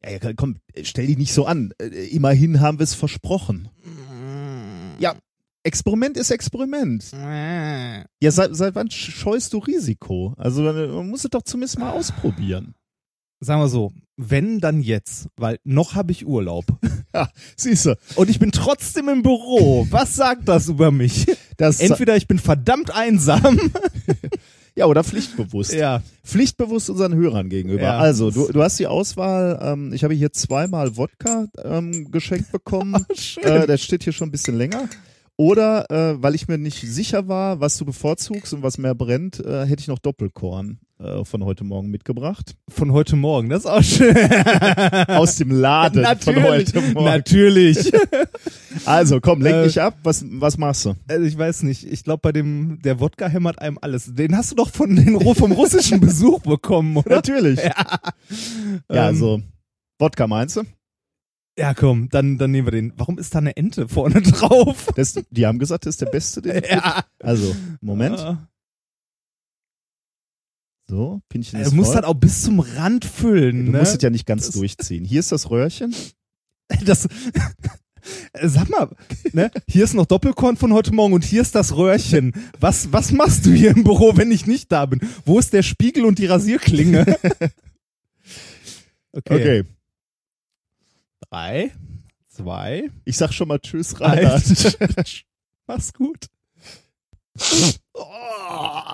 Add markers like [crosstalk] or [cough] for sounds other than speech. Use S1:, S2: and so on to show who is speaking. S1: Ey, komm, stell dich nicht so an. Äh, Immerhin haben wir es versprochen. Ja, Experiment ist Experiment. Ja, seit, seit wann scheust du Risiko? Also man muss es doch zumindest mal ausprobieren.
S2: Sagen wir so, wenn, dann jetzt, weil noch habe ich Urlaub.
S1: Ja, siehst du.
S2: Und ich bin trotzdem im Büro. Was sagt das
S1: [laughs]
S2: über mich?
S1: Das
S2: Entweder ich bin verdammt einsam.
S1: ja, oder pflichtbewusst.
S2: Ja.
S1: Pflichtbewusst unseren Hörern gegenüber.
S2: Ja.
S1: Also, du, du hast die Auswahl. Ähm, ich habe hier zweimal Wodka ähm, geschenkt
S2: [laughs]
S1: bekommen.
S2: Ah, schön.
S1: äh, der steht hier schon ein bisschen länger. Oder, äh, weil ich mir nicht sicher war, was du bevorzugst und was mehr brennt, äh, hätte ich noch Doppelkorn äh, von heute Morgen mitgebracht.
S2: Von heute Morgen, das ist auch schön.
S1: Aus dem Laden von heute Morgen. [laughs]
S2: Natürlich.
S1: Also, komm, lenk
S2: Äh,
S1: nicht ab. Was, was machst du?
S2: Also ich weiß nicht, ich glaube bei dem, der Wodka hämmert einem alles. Den hast du doch von den, Ru- vom russischen Besuch bekommen, [laughs] oder?
S1: Natürlich. Ja,
S2: Ähm,
S1: also, Wodka meinst du?
S2: Ja, komm, dann, dann nehmen wir den. Warum ist da eine Ente
S1: [laughs]
S2: vorne drauf?
S1: Das, die haben gesagt, das ist der beste. Den
S2: [laughs] Ja.
S1: Also, Moment.
S2: Äh,
S1: So, Pinchen
S2: Er
S1: ist
S2: muss
S1: voll.
S2: dann Äh, halt auch bis zum Rand füllen.
S1: Du
S2: ne?
S1: musst es ja nicht ganz
S2: Das-
S1: durchziehen. Hier ist das Röhrchen.
S2: das, [laughs] Äh, sag mal, ne? hier ist noch Doppelkorn von heute Morgen und hier ist das Röhrchen. Was, was machst du hier im Büro, wenn ich nicht da bin? Wo ist der Spiegel und
S1: [laughs]
S2: die Rasierklinge? Okay.
S1: Okay.
S2: Drei, zwei,
S1: Ich sag schon mal [laughs]
S2: [laughs]
S1: Tschüss, Reinhard.
S2: eins. Mach's gut. Oh.